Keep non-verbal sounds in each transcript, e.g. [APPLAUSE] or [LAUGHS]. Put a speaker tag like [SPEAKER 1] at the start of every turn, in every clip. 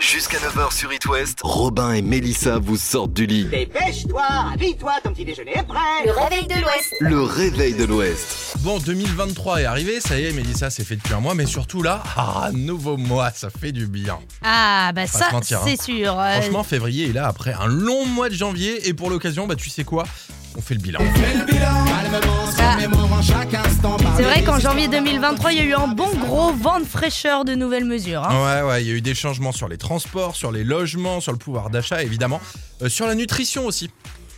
[SPEAKER 1] Jusqu'à 9h sur It West, Robin et Mélissa vous sortent du lit.
[SPEAKER 2] Dépêche-toi, habille-toi, ton petit déjeuner est prêt.
[SPEAKER 3] Le réveil de l'Ouest.
[SPEAKER 1] Le réveil de l'Ouest.
[SPEAKER 4] Bon, 2023 est arrivé, ça y est, Mélissa, c'est fait depuis un mois, mais surtout là, [LAUGHS] ah, nouveau mois, ça fait du bien.
[SPEAKER 5] Ah bah
[SPEAKER 4] Faut pas
[SPEAKER 5] ça,
[SPEAKER 4] se mentir, hein.
[SPEAKER 5] c'est sûr. Euh,
[SPEAKER 4] Franchement, février est là après un long mois de janvier, et pour l'occasion, bah tu sais quoi On fait le bilan.
[SPEAKER 5] c'est vrai qu'en janvier 2023, il y a eu un bon gros vent de fraîcheur de nouvelles mesures. hein.
[SPEAKER 4] Ouais, ouais, il y a eu des changements sur les transports, sur les logements, sur le pouvoir d'achat, évidemment, euh, sur la nutrition aussi.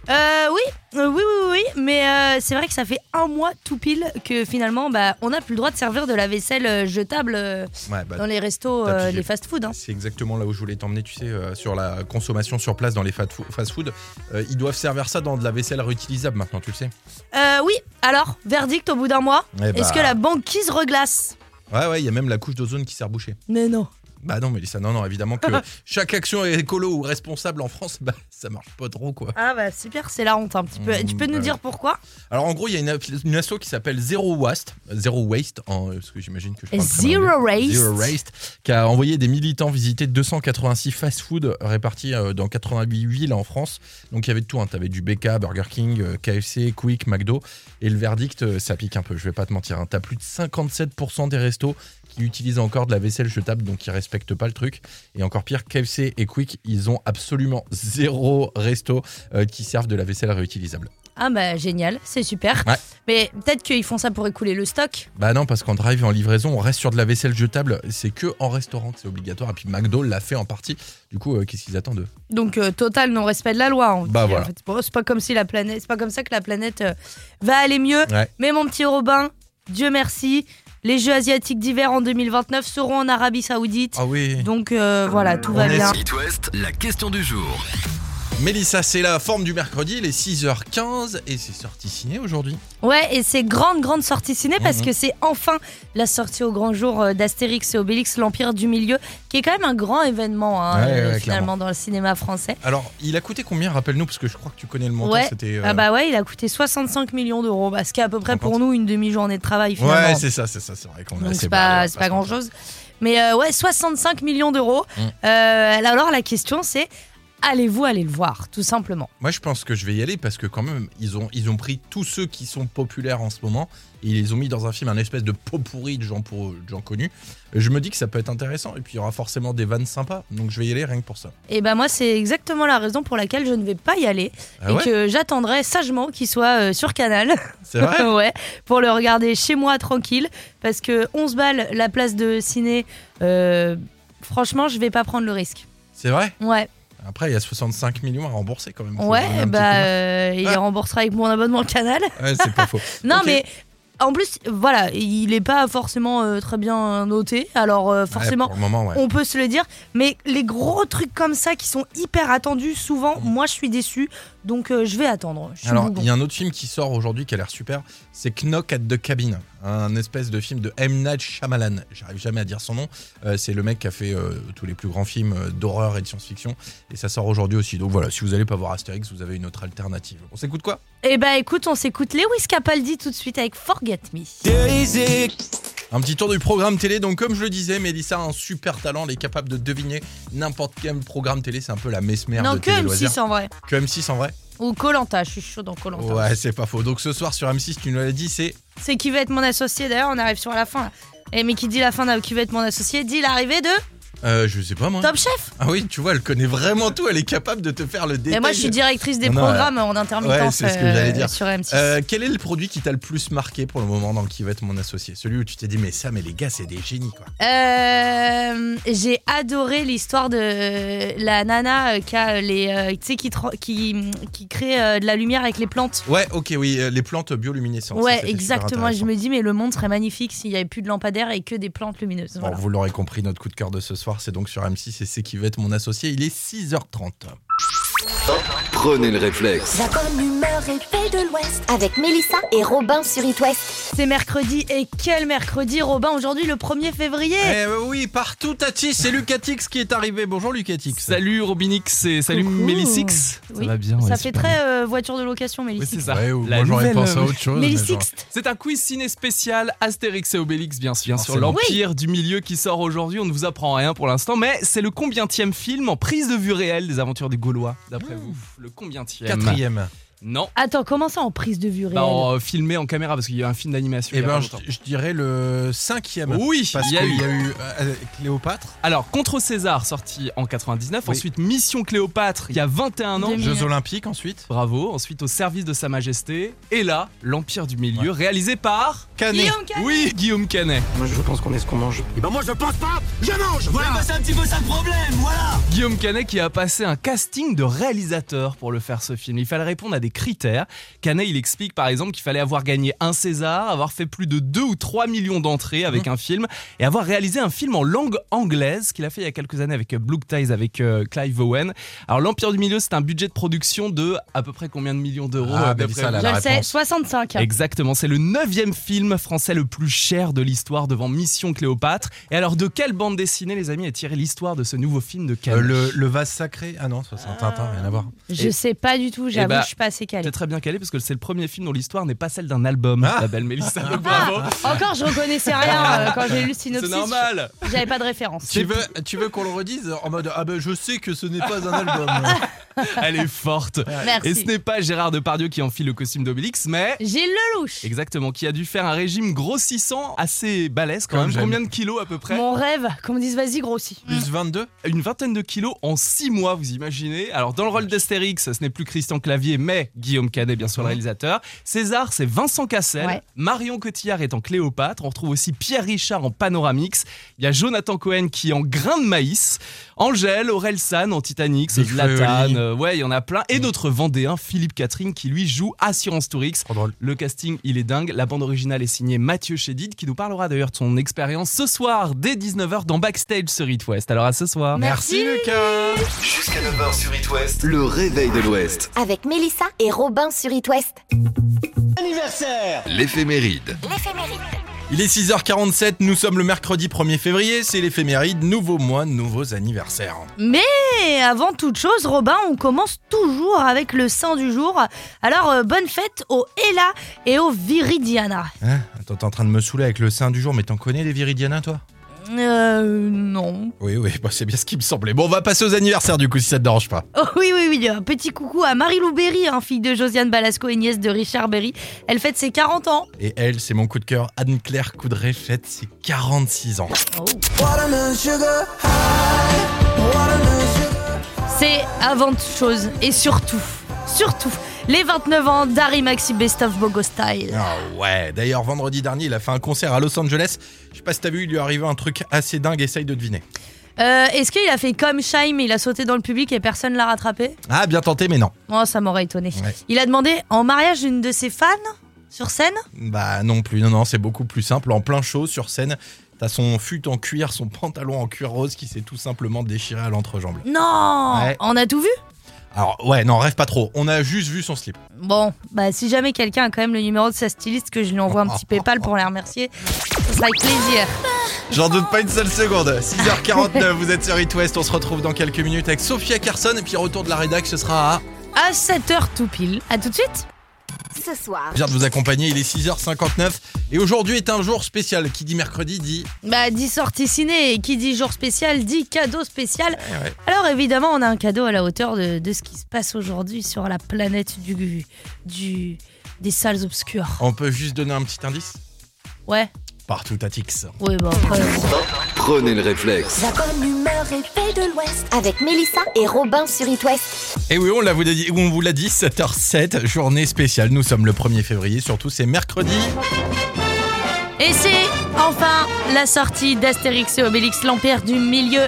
[SPEAKER 5] Euh, oui, euh, oui, oui, oui, oui, mais euh, c'est vrai que ça fait un mois tout pile que finalement, bah, on n'a plus le droit de servir de la vaisselle euh, jetable euh,
[SPEAKER 4] Ouais, bah,
[SPEAKER 5] dans les restos,
[SPEAKER 4] t'as
[SPEAKER 5] euh,
[SPEAKER 4] pigé.
[SPEAKER 5] les fast-food. hein.
[SPEAKER 4] C'est exactement là où je voulais t'emmener, tu sais, euh, sur la consommation sur place dans les fat- fast-food. Euh, ils doivent servir ça dans de la vaisselle réutilisable maintenant, tu le sais.
[SPEAKER 5] Euh, oui, alors, verdict au bout d'un mois,
[SPEAKER 4] Eh bah.
[SPEAKER 5] est-ce que la banquise reglace
[SPEAKER 4] Ouais, ouais, il y a même la couche d'ozone qui sert bouchée.
[SPEAKER 5] Mais non.
[SPEAKER 4] Bah non, Mélissa, non, non, évidemment que chaque action écolo ou responsable en France, bah ça marche pas trop, quoi.
[SPEAKER 5] Ah bah super, c'est la honte un petit peu.
[SPEAKER 4] Mmh,
[SPEAKER 5] tu peux
[SPEAKER 4] bah
[SPEAKER 5] nous dire pourquoi
[SPEAKER 4] Alors en gros, il y a une, app- une asso qui s'appelle Zero Waste, Zero Waste, en, parce que j'imagine que je parle très mal anglais.
[SPEAKER 5] Zero waste.
[SPEAKER 4] Zero Waste, qui a envoyé des militants visiter 286 fast-food répartis euh, dans 88 villes en France. Donc il y avait de tout, hein. t'avais du BK, Burger King, euh, KFC, Quick, McDo. Et le verdict, euh, ça pique un peu, je vais pas te mentir. hein. T'as plus de 57% des restos qui utilisent encore de la vaisselle jetable, donc ils respectent pas le truc. Et encore pire, KFC et Quick, ils ont absolument zéro resto euh, qui servent de la vaisselle réutilisable.
[SPEAKER 5] Ah bah génial, c'est super.
[SPEAKER 4] Ouais.
[SPEAKER 5] Mais peut-être qu'ils font ça pour écouler le stock.
[SPEAKER 4] Bah non, parce qu'en drive et en livraison, on reste sur de la vaisselle jetable. C'est que en restaurant que c'est obligatoire. Et puis McDo l'a fait en partie. Du coup, euh, qu'est-ce qu'ils attendent d'eux
[SPEAKER 5] Donc euh, total non respect de la loi. on
[SPEAKER 4] Bah
[SPEAKER 5] dit,
[SPEAKER 4] voilà.
[SPEAKER 5] en fait. Bon, c'est pas comme si la planète, c'est pas comme ça que la planète euh, va aller mieux.
[SPEAKER 4] Ouais.
[SPEAKER 5] Mais mon petit Robin, Dieu merci, les Jeux asiatiques d'hiver en 2029 seront en Arabie Saoudite.
[SPEAKER 4] Ah oui
[SPEAKER 5] Donc euh, voilà, tout
[SPEAKER 4] On
[SPEAKER 5] va
[SPEAKER 4] est
[SPEAKER 5] bien.
[SPEAKER 1] It West, la question du jour.
[SPEAKER 4] Mélissa, c'est la forme du mercredi, il est 6h15 et c'est sorti ciné aujourd'hui.
[SPEAKER 5] Ouais, et c'est grande, grande sortie ciné parce
[SPEAKER 4] Mhm.
[SPEAKER 5] que c'est enfin la sortie au grand jour euh, d'Astérix et Obélix, l'Empire du Milieu, qui est quand même un grand événement hein,
[SPEAKER 4] Ouais,
[SPEAKER 5] euh,
[SPEAKER 4] ouais,
[SPEAKER 5] finalement dans le cinéma français.
[SPEAKER 4] Alors, il a coûté combien, rappelle-nous, parce que je crois que tu connais le montant,
[SPEAKER 5] Ouais.
[SPEAKER 4] c'était... euh,
[SPEAKER 5] Ah bah ouais, il a coûté 65 millions d'euros, bah, ce qui est à peu près pour nous une demi-journée de travail finalement.
[SPEAKER 4] ouais, c'est ça, c'est ça, c'est vrai qu'on a
[SPEAKER 5] Donc
[SPEAKER 4] assez
[SPEAKER 5] c'est
[SPEAKER 4] barré, on
[SPEAKER 5] pas,
[SPEAKER 4] va
[SPEAKER 5] c'est
[SPEAKER 4] se
[SPEAKER 5] pas
[SPEAKER 4] mentir.
[SPEAKER 5] grand-chose. Mais euh, ouais, 65 millions d'euros.
[SPEAKER 4] Mm.
[SPEAKER 5] Euh, alors la question c'est, allez-vous aller le voir, tout simplement
[SPEAKER 4] Moi, je pense que je vais y aller parce que quand même, ils ont, ils ont pris tous ceux qui sont populaires en ce moment et ils les ont mis dans un film, un espèce de pot pourri de gens, pour, de gens connus. Je me dis que ça peut être intéressant et puis il y aura forcément des vannes sympas. Donc, je vais y aller rien que pour ça.
[SPEAKER 5] Et ben moi c'est exactement la raison pour laquelle je ne vais pas y aller
[SPEAKER 4] Ah
[SPEAKER 5] et
[SPEAKER 4] ouais
[SPEAKER 5] que j'attendrai sagement qu'il soit euh, sur Canal.
[SPEAKER 4] C'est
[SPEAKER 5] [LAUGHS]
[SPEAKER 4] vrai
[SPEAKER 5] ouais, pour le regarder chez moi tranquille. Parce que 11 balles la place de ciné, euh, franchement, je vais pas prendre le risque.
[SPEAKER 4] C'est vrai
[SPEAKER 5] Ouais,
[SPEAKER 4] Après, il y a 65 millions à rembourser quand même. Faut donner un
[SPEAKER 5] ouais,
[SPEAKER 4] petit
[SPEAKER 5] bah,
[SPEAKER 4] coup
[SPEAKER 5] euh, il
[SPEAKER 4] Ah.
[SPEAKER 5] remboursera avec mon abonnement canal.
[SPEAKER 4] de main. Ouais, c'est pas faux.
[SPEAKER 5] [LAUGHS] Non,
[SPEAKER 4] Ok.
[SPEAKER 5] mais. En plus, voilà, il est pas forcément euh, très bien noté, alors euh, forcément,
[SPEAKER 4] Ouais, pour le moment, ouais.
[SPEAKER 5] on peut se le dire, mais les gros trucs comme ça qui sont hyper attendus, souvent, moi je suis déçu, donc euh, je vais attendre. Je suis
[SPEAKER 4] Mm. Alors,
[SPEAKER 5] bougon.
[SPEAKER 4] il y a un autre film qui sort aujourd'hui qui a l'air super, c'est Knock at the Cabin, un espèce de film de M. Night Shyamalan. J'arrive jamais à dire son nom. Euh, c'est le mec qui a fait euh, tous les plus grands films euh, d'horreur et de science-fiction. Et ça sort aujourd'hui aussi. Donc voilà, si vous allez pas voir Astérix, vous avez une autre alternative. On s'écoute quoi
[SPEAKER 5] Eh ben écoute, on s'écoute Lewis Capaldi tout de suite avec Forget Me.
[SPEAKER 4] Un petit tour du programme télé. Donc, comme je le disais, Mélissa a un super talent. Elle est capable de deviner n'importe quel programme télé. C'est un peu la mesmère
[SPEAKER 5] non,
[SPEAKER 4] de
[SPEAKER 5] que hein.
[SPEAKER 4] télé loisirs.
[SPEAKER 5] M6 en vrai.
[SPEAKER 4] Que M6 en vrai
[SPEAKER 5] Ou Colanta, je suis chaud dans Colanta.
[SPEAKER 4] Ouais, c'est pas faux. Donc ce soir sur M6, tu nous l'as dit, c'est
[SPEAKER 5] C'est qui va être mon associé d'ailleurs, on arrive sur la fin là. Et mais qui dit la fin de qui va être mon associé dit l'arrivée de
[SPEAKER 4] Euh, je sais pas moi.
[SPEAKER 5] Top Chef.
[SPEAKER 4] Ah oui, tu vois, elle connaît vraiment tout, elle est capable de te faire le détail.
[SPEAKER 5] Et moi je suis directrice des
[SPEAKER 4] Non, non,
[SPEAKER 5] programmes en intermittence
[SPEAKER 4] ouais, c'est ce que j'allais dire.
[SPEAKER 5] sur M6.
[SPEAKER 4] Euh, quel est le produit qui t'a le plus marqué pour le moment dans Qui va être mon associé Celui où tu t'es dit, mais ça, mais les gars, c'est des génies, quoi.
[SPEAKER 5] Euh, j'ai adoré l'histoire de euh, la nana euh, qui a les euh, tu sais qui tra- qui qui crée euh, de la lumière avec les plantes.
[SPEAKER 4] Ouais, ok, oui, euh, les plantes bioluminescentes. ça,
[SPEAKER 5] Ouais,
[SPEAKER 4] c'était super
[SPEAKER 5] exactement. Je
[SPEAKER 4] intéressant.
[SPEAKER 5] me dis, mais le monde serait magnifique s'il n'y avait plus de lampadaires et que des plantes lumineuses.
[SPEAKER 4] Bon,
[SPEAKER 5] Voilà.
[SPEAKER 4] vous l'aurez compris, notre coup de cœur de ce soir, c'est donc sur M6 et c'est Qui va être mon associé. Il est 6h30.
[SPEAKER 1] Prenez le réflexe.
[SPEAKER 3] La bonne humeur et paix de l'Ouest avec Mélissa et Robin sur It West.
[SPEAKER 5] C'est mercredi et quel mercredi, Robin, aujourd'hui le 1er février.
[SPEAKER 6] Eh ben oui, partout Tati, c'est Lucatix qui est arrivé. Bonjour Lucatix.
[SPEAKER 7] Salut Robinix et salut
[SPEAKER 5] Coucou.
[SPEAKER 7] Mélissix.
[SPEAKER 5] Oui,
[SPEAKER 7] ça va bien. ouais,
[SPEAKER 5] ça fait
[SPEAKER 7] super
[SPEAKER 5] très
[SPEAKER 7] bien.
[SPEAKER 5] euh, voiture de location,
[SPEAKER 7] Oui,
[SPEAKER 5] Mélissix.
[SPEAKER 7] c'est ça.
[SPEAKER 4] Ouais, ou-
[SPEAKER 7] La
[SPEAKER 4] moi j'aurais
[SPEAKER 7] nouvelle,
[SPEAKER 4] pensé à
[SPEAKER 7] euh,
[SPEAKER 4] autre chose. mais genre-
[SPEAKER 5] Mélissixte.
[SPEAKER 7] C'est un quiz ciné spécial Astérix et Obélix, bien sûr, sur
[SPEAKER 4] Forcément.
[SPEAKER 7] l'Empire du Milieu qui sort aujourd'hui. On ne vous apprend rien pour l'instant, mais c'est le combientième film en prise de vue réelle des aventures des Gaulois, d'après vous
[SPEAKER 5] Mmh.
[SPEAKER 7] Le combientième
[SPEAKER 4] Quatrième.
[SPEAKER 7] Non.
[SPEAKER 5] Attends, comment ça en prise de vue réelle
[SPEAKER 7] Bah, en, euh, filmé en caméra, parce qu'il y a un film d'animation.
[SPEAKER 4] Eh
[SPEAKER 7] il y a pas
[SPEAKER 4] ben, je,
[SPEAKER 7] longtemps.
[SPEAKER 4] je dirais le cinquième.
[SPEAKER 7] Oui,
[SPEAKER 4] Parce
[SPEAKER 7] il ben, y a eu.
[SPEAKER 4] qu'il y a eu euh, Cléopâtre,
[SPEAKER 7] Alors, Contre César, sorti en 99.
[SPEAKER 4] Oui.
[SPEAKER 7] Ensuite, Mission Cléopâtre, il y a 21 ans.
[SPEAKER 5] Deux-
[SPEAKER 4] Jeux Olympiques ensuite.
[SPEAKER 7] Bravo. Ensuite, Au service de Sa Majesté. Et là, L'Empire du Milieu, réalisé par.
[SPEAKER 4] Canet.
[SPEAKER 5] Guillaume Canet.
[SPEAKER 7] Oui, Guillaume Canet.
[SPEAKER 2] Moi, je pense qu'on est ce qu'on mange. Et ben moi, je pense pas Je mange Voilà C'est un petit peu ça le problème, voilà
[SPEAKER 7] Guillaume Canet qui a passé un casting de réalisateur pour le faire ce film. Il fallait répondre à des critères. Canet, il explique par exemple qu'il fallait avoir gagné un César, avoir fait plus de 2 ou 3 millions d'entrées
[SPEAKER 5] Mhm.
[SPEAKER 7] avec un film et avoir réalisé un film en langue anglaise qu'il a fait il y a quelques années avec euh, Blue Ties avec euh, Clive Owen. Alors l'Empire du Milieu, c'est un budget de production de à peu près combien de millions d'euros euh,
[SPEAKER 4] Ah,
[SPEAKER 7] à
[SPEAKER 4] bah,
[SPEAKER 7] peu
[SPEAKER 4] dis
[SPEAKER 7] près
[SPEAKER 4] ça, là.
[SPEAKER 5] Je
[SPEAKER 4] la
[SPEAKER 5] le sais, hein.
[SPEAKER 4] réponse.
[SPEAKER 5] 65.
[SPEAKER 7] Exactement, c'est le neuvième film français le plus cher de l'histoire devant Mission Cléopâtre. Et alors de quelle bande dessinée les amis est tirée l'histoire de ce nouveau film de Canet
[SPEAKER 4] Euh, le, le vase sacré. Ah non, ça, c'est un Tintin, rien à voir.
[SPEAKER 5] Je
[SPEAKER 7] Et-
[SPEAKER 5] sais pas du tout, j'avoue,
[SPEAKER 7] bah,
[SPEAKER 5] je suis pas assez calée.
[SPEAKER 7] T'es très bien calé parce que c'est le premier film dont l'histoire n'est pas celle d'un album,
[SPEAKER 4] Ah.
[SPEAKER 7] la belle Mélissa. Donc
[SPEAKER 5] Ah,
[SPEAKER 7] bravo.
[SPEAKER 5] encore, je reconnaissais rien euh, quand j'ai lu le
[SPEAKER 7] C'est
[SPEAKER 5] synopsis.
[SPEAKER 7] normal.
[SPEAKER 5] J'avais pas de référence.
[SPEAKER 4] Tu veux, tu veux qu'on le redise en mode Ah ben je sais que ce n'est pas un album.
[SPEAKER 7] Elle est forte.
[SPEAKER 5] Merci.
[SPEAKER 7] Et ce n'est pas Gérard Depardieu qui enfile le costume d'Obélix, mais
[SPEAKER 5] Gilles Lelouch.
[SPEAKER 7] exactement qui a dû faire un régime grossissant assez balèze quand
[SPEAKER 4] Comme
[SPEAKER 7] même.
[SPEAKER 4] j'aime.
[SPEAKER 7] Combien de kilos à peu près
[SPEAKER 5] Mon rêve, qu'on me dise vas-y, grossis.
[SPEAKER 4] Plus 22.
[SPEAKER 7] Une vingtaine de kilos en six mois, vous imaginez. Alors dans le rôle d'Astérix, ce n'est plus Christian Clavier, mais Guillaume Canet, bien sûr le réalisateur. César, c'est Vincent Cassel.
[SPEAKER 5] Ouais.
[SPEAKER 7] Marion Cotillard est en Cléopâtre. On retrouve aussi Pierre Richard en Panoramix. Il y a Jonathan Cohen qui est en Grain de maïs. Angèle, Aurel San en Titanic,
[SPEAKER 4] Big
[SPEAKER 7] Zlatan.
[SPEAKER 4] Fréoli.
[SPEAKER 7] euh, ouais, il y en a plein. Et
[SPEAKER 4] Mm.
[SPEAKER 7] notre Vendéen, Philippe Catherine, qui lui joue Assurance Tourix.
[SPEAKER 4] Trop drôle.
[SPEAKER 7] Le casting, il est dingue. La bande originale est signée Mathieu Chédid, qui nous parlera d'ailleurs de son expérience ce soir, dès 19h, dans Backstage sur It West. Alors à ce soir.
[SPEAKER 5] Merci.
[SPEAKER 4] Lucas.
[SPEAKER 1] Jusqu'à 9h sur It West, le réveil de l'Ouest.
[SPEAKER 3] Avec Mélissa et Robin sur It West.
[SPEAKER 2] Anniversaire
[SPEAKER 1] L'éphéméride.
[SPEAKER 3] L'éphéméride.
[SPEAKER 4] Il est 6h47, nous sommes le mercredi 1er février, c'est l'éphéméride, nouveau mois, nouveaux anniversaires.
[SPEAKER 5] Mais avant toute chose, Robin, on commence toujours avec le saint du jour. Alors, euh, bonne fête aux Ella et aux Viridiana.
[SPEAKER 4] Hein Attends, t'es en train de me saouler avec le sein du jour, mais t'en connais les Viridiana, toi
[SPEAKER 5] Euh, non.
[SPEAKER 4] Oui, oui, bah, c'est bien ce qui me semblait. Bon, on va passer aux anniversaires du coup, si ça te dérange pas.
[SPEAKER 5] Oh, oui, oui, oui. Un petit coucou à Marie-Lou Berry, hein, fille de Josiane Balasco et nièce de Richard Berry. Elle fête ses 40 ans.
[SPEAKER 4] Et elle, c'est mon coup de cœur, Anne-Claire Coudray, fête ses 46 ans.
[SPEAKER 5] C'est avant toute chose et surtout, surtout, les 29 ans d'Harry Maxi Best of Bogo Style.
[SPEAKER 4] Ah ouais, d'ailleurs, vendredi dernier, il a fait un concert à Los Angeles. Je sais pas si t'as vu, il lui est arrivé un truc assez dingue, essaye de deviner.
[SPEAKER 5] Euh, Est-ce qu'il a fait comme Shine, mais il a sauté dans le public et personne l'a rattrapé
[SPEAKER 4] Ah, bien tenté, mais non.
[SPEAKER 5] Moi, ça m'aurait étonné.
[SPEAKER 4] Ouais.
[SPEAKER 5] Il a demandé en mariage une de ses fans sur scène
[SPEAKER 4] Bah non plus, non, non, c'est beaucoup plus simple. En plein show, sur scène, t'as son fut en cuir, son pantalon en cuir rose qui s'est tout simplement déchiré à l'entrejambe.
[SPEAKER 5] Non
[SPEAKER 4] Ouais.
[SPEAKER 5] On a tout vu
[SPEAKER 4] Alors ouais, non, rêve pas trop, on a juste vu son slip.
[SPEAKER 5] Bon, bah si jamais quelqu'un a quand même le numéro de sa styliste, que je lui envoie un
[SPEAKER 4] [LAUGHS]
[SPEAKER 5] petit PayPal pour la remercier, ce sera avec plaisir.
[SPEAKER 4] J'en doute pas une seule seconde. 6h49, vous êtes sur It West, on se retrouve dans quelques minutes avec Sophia Carson et puis retour de la rédac, ce sera à...
[SPEAKER 5] À 7h tout pile. À tout de suite
[SPEAKER 3] Ce soir,
[SPEAKER 4] Plaisir de vous accompagner, il est 6h59 et aujourd'hui est un jour spécial. Qui dit mercredi dit...
[SPEAKER 5] Bah, dit sortie ciné, et qui dit jour spécial, dit cadeau spécial.
[SPEAKER 4] Eh ouais.
[SPEAKER 5] Alors évidemment, on a un cadeau à la hauteur de, de ce qui se passe aujourd'hui sur la planète du, du des salles obscures.
[SPEAKER 4] On peut juste donner un petit indice
[SPEAKER 5] Ouais,
[SPEAKER 4] Partout à Tix.
[SPEAKER 5] ouais, bah après.
[SPEAKER 1] Prenez le réflexe.
[SPEAKER 3] la bonne humeur et paix de l'Ouest avec Mélissa et Robin sur It West.
[SPEAKER 4] Et Eh oui, on, l'a vous l'a dit, on vous l'a dit, 7h07, journée spéciale. Nous sommes le 1er février, surtout c'est mercredi.
[SPEAKER 5] Et c'est enfin la sortie d'Astérix et Obélix, l'Empire du Milieu,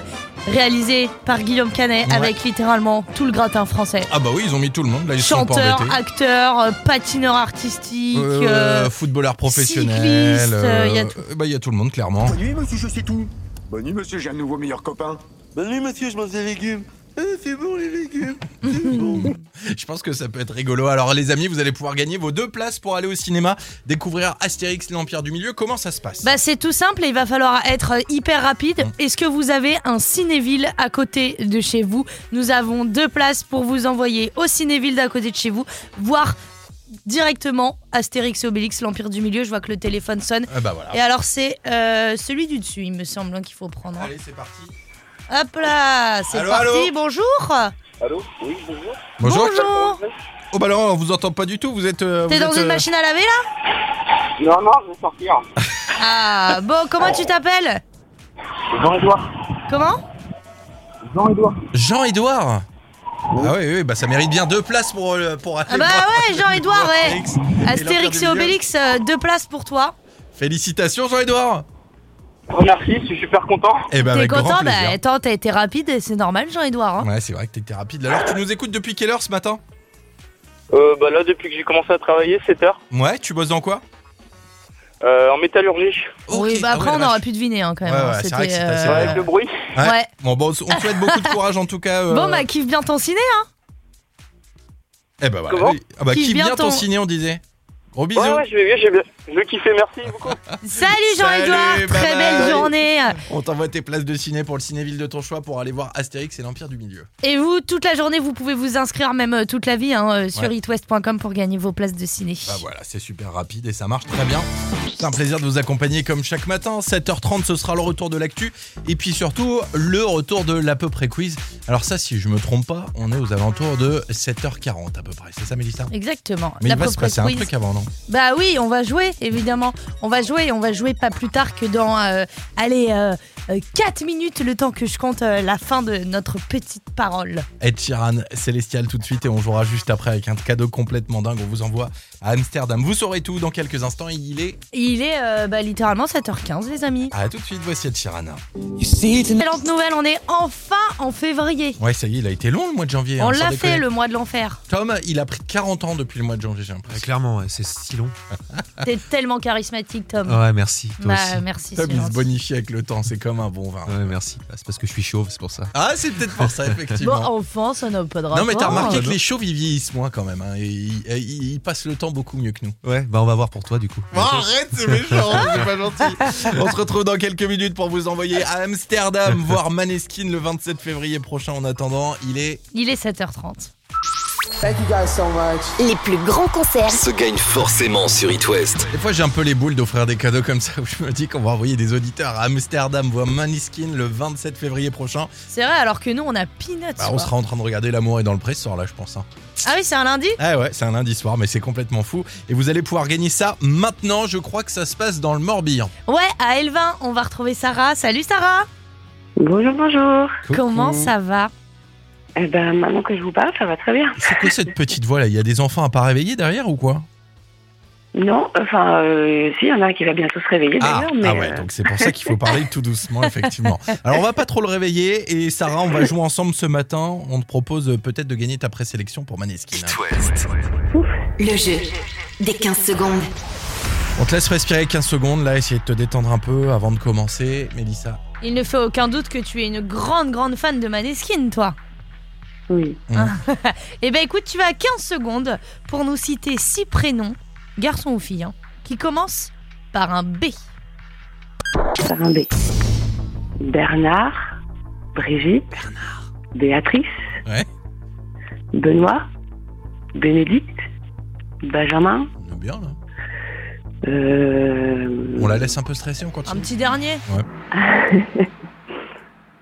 [SPEAKER 5] réalisé par Guillaume Canet,
[SPEAKER 4] Ouais.
[SPEAKER 5] avec littéralement tout le gratin français.
[SPEAKER 4] Ah bah oui, ils ont mis tout le monde, là ils sont pas
[SPEAKER 5] Chanteur,
[SPEAKER 4] embêtés.
[SPEAKER 5] acteur, euh, patineur artistique.
[SPEAKER 4] Euh,
[SPEAKER 5] euh,
[SPEAKER 4] footballeur professionnel,
[SPEAKER 5] cycliste, euh, y a tout.
[SPEAKER 4] bah, y a tout le monde clairement.
[SPEAKER 8] Bonne nuit, monsieur, je sais tout. Bonne nuit, monsieur, j'ai un nouveau meilleur copain. Bonne nuit, monsieur, je mange des légumes. Euh,
[SPEAKER 6] c'est bon les légumes.
[SPEAKER 4] Je pense que ça peut être rigolo. Alors les amis, vous allez pouvoir gagner vos deux places pour aller au cinéma, découvrir Astérix l'Empire du Milieu. Comment ça se passe
[SPEAKER 5] Bah c'est tout simple et il va falloir être euh, hyper rapide.
[SPEAKER 4] Mmh.
[SPEAKER 5] Est-ce que vous avez un cinéville à côté de chez vous Nous avons deux places pour vous envoyer au cinéville d'à côté de chez vous, voire directement Astérix et Obélix, l'Empire du Milieu. Je vois que le téléphone sonne.
[SPEAKER 4] Ah bah voilà.
[SPEAKER 5] Et alors c'est euh, celui du dessus, il me semble, hein, qu'il faut prendre.
[SPEAKER 4] Allez, c'est parti.
[SPEAKER 5] Hop là, c'est
[SPEAKER 4] Allô,
[SPEAKER 5] parti,
[SPEAKER 4] allô
[SPEAKER 5] bonjour
[SPEAKER 8] Allô Oui, bonjour.
[SPEAKER 4] Oh bah là, on vous entend pas du tout. Vous êtes. euh,
[SPEAKER 5] T'es
[SPEAKER 4] vous
[SPEAKER 5] dans
[SPEAKER 4] êtes,
[SPEAKER 5] une
[SPEAKER 4] euh,
[SPEAKER 5] machine à laver là
[SPEAKER 8] Non, non, je vais sortir.
[SPEAKER 5] Ah, bon, comment tu t'appelles
[SPEAKER 8] Jean-Edouard.
[SPEAKER 5] Comment
[SPEAKER 8] Jean-Edouard.
[SPEAKER 4] Jean-Edouard Ah oui, oui, bah ça mérite bien deux places pour, euh, pour aller
[SPEAKER 5] Ah bah
[SPEAKER 4] voir
[SPEAKER 5] ouais, Jean-Edouard, ouais
[SPEAKER 4] Astérix et l'Empire du
[SPEAKER 5] Astérix et
[SPEAKER 4] Milieu.
[SPEAKER 5] Obélix, euh, deux places pour toi.
[SPEAKER 4] Félicitations Jean-Edouard
[SPEAKER 8] Remercie, je suis super content.
[SPEAKER 4] Eh bah
[SPEAKER 5] T'es
[SPEAKER 4] avec grand
[SPEAKER 5] content Bah
[SPEAKER 4] plaisir.
[SPEAKER 5] attends, t'as été rapide et c'est normal, Jean-Edouard. hein.
[SPEAKER 4] Ouais, c'est vrai que t'étais rapide. Alors tu nous écoutes depuis quelle heure ce matin
[SPEAKER 8] Euh, bah là, depuis que j'ai commencé à travailler, 7 heures,
[SPEAKER 4] Ouais, tu bosses dans quoi
[SPEAKER 8] euh, en métallurgie.
[SPEAKER 5] Oui,
[SPEAKER 4] Ok.
[SPEAKER 5] bah
[SPEAKER 4] Ah ouais,
[SPEAKER 5] après,
[SPEAKER 4] la
[SPEAKER 5] on aurait
[SPEAKER 4] vache.
[SPEAKER 5] pu deviner hein, quand même.
[SPEAKER 4] Ouais,
[SPEAKER 5] hein.
[SPEAKER 4] ouais, c'est vrai que
[SPEAKER 5] C'était,
[SPEAKER 4] c'est assez
[SPEAKER 5] euh,
[SPEAKER 8] Avec le bruit.
[SPEAKER 4] Ouais.
[SPEAKER 5] ouais.
[SPEAKER 4] Bon, bon, on te souhaite
[SPEAKER 5] [LAUGHS]
[SPEAKER 4] beaucoup de courage en tout cas. euh,
[SPEAKER 5] Bon, bah, kiffe bien ton ciné,
[SPEAKER 4] [LAUGHS]
[SPEAKER 5] hein.
[SPEAKER 4] Eh bah voilà.
[SPEAKER 8] Comment
[SPEAKER 4] oui. Ah bah,
[SPEAKER 5] Kiffe
[SPEAKER 4] kiffe bien
[SPEAKER 5] bien
[SPEAKER 4] ton
[SPEAKER 5] ton-
[SPEAKER 4] ciné, on disait. Gros bisous.
[SPEAKER 8] Ouais, ouais, je vais bien, j'ai bien. Je vais kiffer, merci beaucoup.
[SPEAKER 5] Salut Jean-Edouard,
[SPEAKER 4] Salut, bye
[SPEAKER 5] très
[SPEAKER 4] bye.
[SPEAKER 5] belle journée.
[SPEAKER 4] On t'envoie tes places de ciné pour le cinéville de ton choix pour aller voir Astérix et l'Empire du Milieu.
[SPEAKER 5] Et vous, toute la journée, vous pouvez vous inscrire, même euh, toute la vie, hein, euh, sur
[SPEAKER 4] Ouais.
[SPEAKER 5] itwest.com pour gagner vos places de ciné.
[SPEAKER 4] Bah voilà, c'est super rapide et ça marche très bien. C'est un plaisir de vous accompagner comme chaque matin. 7h30, ce sera le retour de l'actu. Et puis surtout, le retour de l'à peu près quiz. Alors ça, si je me trompe pas, on est aux alentours de 7h40 à peu près. C'est ça, Mélissa
[SPEAKER 5] Exactement.
[SPEAKER 4] Mais
[SPEAKER 5] La
[SPEAKER 4] il va se
[SPEAKER 5] propre
[SPEAKER 4] passer un
[SPEAKER 5] quiz.
[SPEAKER 4] truc avant, non
[SPEAKER 5] Bah oui, on va jouer, évidemment. On va jouer et on va jouer pas plus tard que dans, euh, allez, 4 minutes, le temps que je compte euh, la fin de notre petite parole.
[SPEAKER 4] Ed Sheeran, Célestial tout de suite et on jouera juste après avec un cadeau complètement dingue. On vous envoie à Amsterdam. Vous saurez tout dans quelques instants. Il est
[SPEAKER 5] Il est euh, bah, littéralement 7h15, les amis.
[SPEAKER 4] à tout de suite. Voici Ed Sheeran.
[SPEAKER 5] Excellente nouvelle, on est enfin en février.
[SPEAKER 4] Ouais, ça y est, il a été long le mois de janvier.
[SPEAKER 5] On
[SPEAKER 4] hein, sans
[SPEAKER 5] l'a
[SPEAKER 4] déconner.
[SPEAKER 5] fait le mois de l'enfer.
[SPEAKER 4] Tom, il a pris 40 ans depuis le mois de janvier, j'ai l'impression.
[SPEAKER 6] Clairement, ouais, c'est si long.
[SPEAKER 4] Ah.
[SPEAKER 5] T'es tellement charismatique, Tom.
[SPEAKER 6] Ouais, merci.
[SPEAKER 5] Bah,
[SPEAKER 6] Toi aussi.
[SPEAKER 5] merci.
[SPEAKER 4] Tom,
[SPEAKER 5] c'est
[SPEAKER 4] il se
[SPEAKER 5] gentil.
[SPEAKER 4] bonifie avec le temps, c'est comme un bon vin.
[SPEAKER 6] Ouais, merci.
[SPEAKER 7] Bah,
[SPEAKER 6] Ah, C'est parce que je suis chauve, c'est pour ça.
[SPEAKER 4] Ah, c'est peut-être pour ça,
[SPEAKER 5] Bon,
[SPEAKER 4] effectivement.
[SPEAKER 5] enfin, ça n'a pas de rapport.
[SPEAKER 4] non, mais t'as remarqué
[SPEAKER 6] Oh,
[SPEAKER 4] que
[SPEAKER 6] non.
[SPEAKER 4] les chauves, ils vieillissent moins quand même. hein, et ils, et ils- ils passent le temps beaucoup mieux que nous. Bah,
[SPEAKER 6] Ouais, bah on va voir pour toi du coup.
[SPEAKER 4] arrête, c'est
[SPEAKER 6] [LAUGHS]
[SPEAKER 4] méchant, c'est pas gentil. On se retrouve dans quelques minutes pour vous envoyer à Amsterdam
[SPEAKER 6] [LAUGHS]
[SPEAKER 4] voir Maneskin le 27 février prochain. En attendant, il est.
[SPEAKER 5] Il est 7h30.
[SPEAKER 3] Les plus grands concerts
[SPEAKER 1] Se gagne forcément sur It West.
[SPEAKER 4] Des fois, j'ai un peu les boules d'offrir des cadeaux comme ça où je me dis qu'on va envoyer des auditeurs à Amsterdam voir Maneskin le 27 février prochain.
[SPEAKER 5] C'est vrai, alors que nous, on a Peanuts.
[SPEAKER 4] Bah, on
[SPEAKER 5] quoi.
[SPEAKER 4] sera en train de regarder L'amour est dans le pré ce soir là, je pense. hein.
[SPEAKER 5] Ah oui, c'est un lundi
[SPEAKER 4] Ah ouais, c'est un lundi soir, mais c'est complètement fou. Et vous allez pouvoir gagner ça maintenant. Je crois que ça se passe dans le Morbihan.
[SPEAKER 5] Ouais, à Elvin, on va retrouver Sarah. Salut Sarah
[SPEAKER 9] Bonjour, bonjour.
[SPEAKER 5] Comment ça va
[SPEAKER 9] Eh ben, maintenant que je vous parle, ça va très bien.
[SPEAKER 4] C'est quoi cette petite voix là Il y a des enfants à pas réveiller derrière ou quoi
[SPEAKER 9] Non, enfin, euh, si, il y en a un qui va bientôt se réveiller
[SPEAKER 4] ah,
[SPEAKER 9] d'ailleurs, mais
[SPEAKER 4] ah ouais,
[SPEAKER 9] euh,
[SPEAKER 4] donc c'est pour ça qu'il faut parler tout doucement, effectivement. Alors on va pas trop le réveiller. Et Sarah, on va jouer ensemble ce matin. On te propose euh, peut-être de gagner ta présélection pour Maneskin.
[SPEAKER 1] It West.
[SPEAKER 3] Le jeu des 15 secondes.
[SPEAKER 4] On te laisse respirer 15 secondes là, essayer de te détendre un peu avant de commencer. Mélissa.
[SPEAKER 5] Il ne fait aucun doute que tu es une grande, grande fan de Maneskin, toi.
[SPEAKER 9] euh, oui.
[SPEAKER 5] Eh ben écoute, tu as 15 secondes pour nous citer six prénoms, garçon ou fille, hein, qui commencent par un B.
[SPEAKER 9] Par un B. Bernard, Brigitte, Béatrice,
[SPEAKER 4] Ouais.
[SPEAKER 9] Benoît, Bénédicte, Benjamin,
[SPEAKER 4] On est bien là.
[SPEAKER 9] euh,
[SPEAKER 4] On la laisse un peu stressée, on
[SPEAKER 5] Un
[SPEAKER 4] continue.
[SPEAKER 5] petit dernier.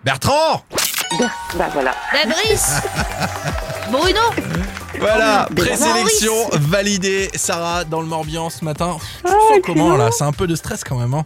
[SPEAKER 4] Bertrand
[SPEAKER 9] bah voilà.
[SPEAKER 4] [LAUGHS]
[SPEAKER 5] Fabrice Bruno
[SPEAKER 4] Voilà,
[SPEAKER 9] Ah Des
[SPEAKER 4] présélection validée. Sarah, dans le Morbihan ce matin.
[SPEAKER 9] Ah,
[SPEAKER 4] Pff, Tu te sens comment là C'est un peu de stress quand même. Hein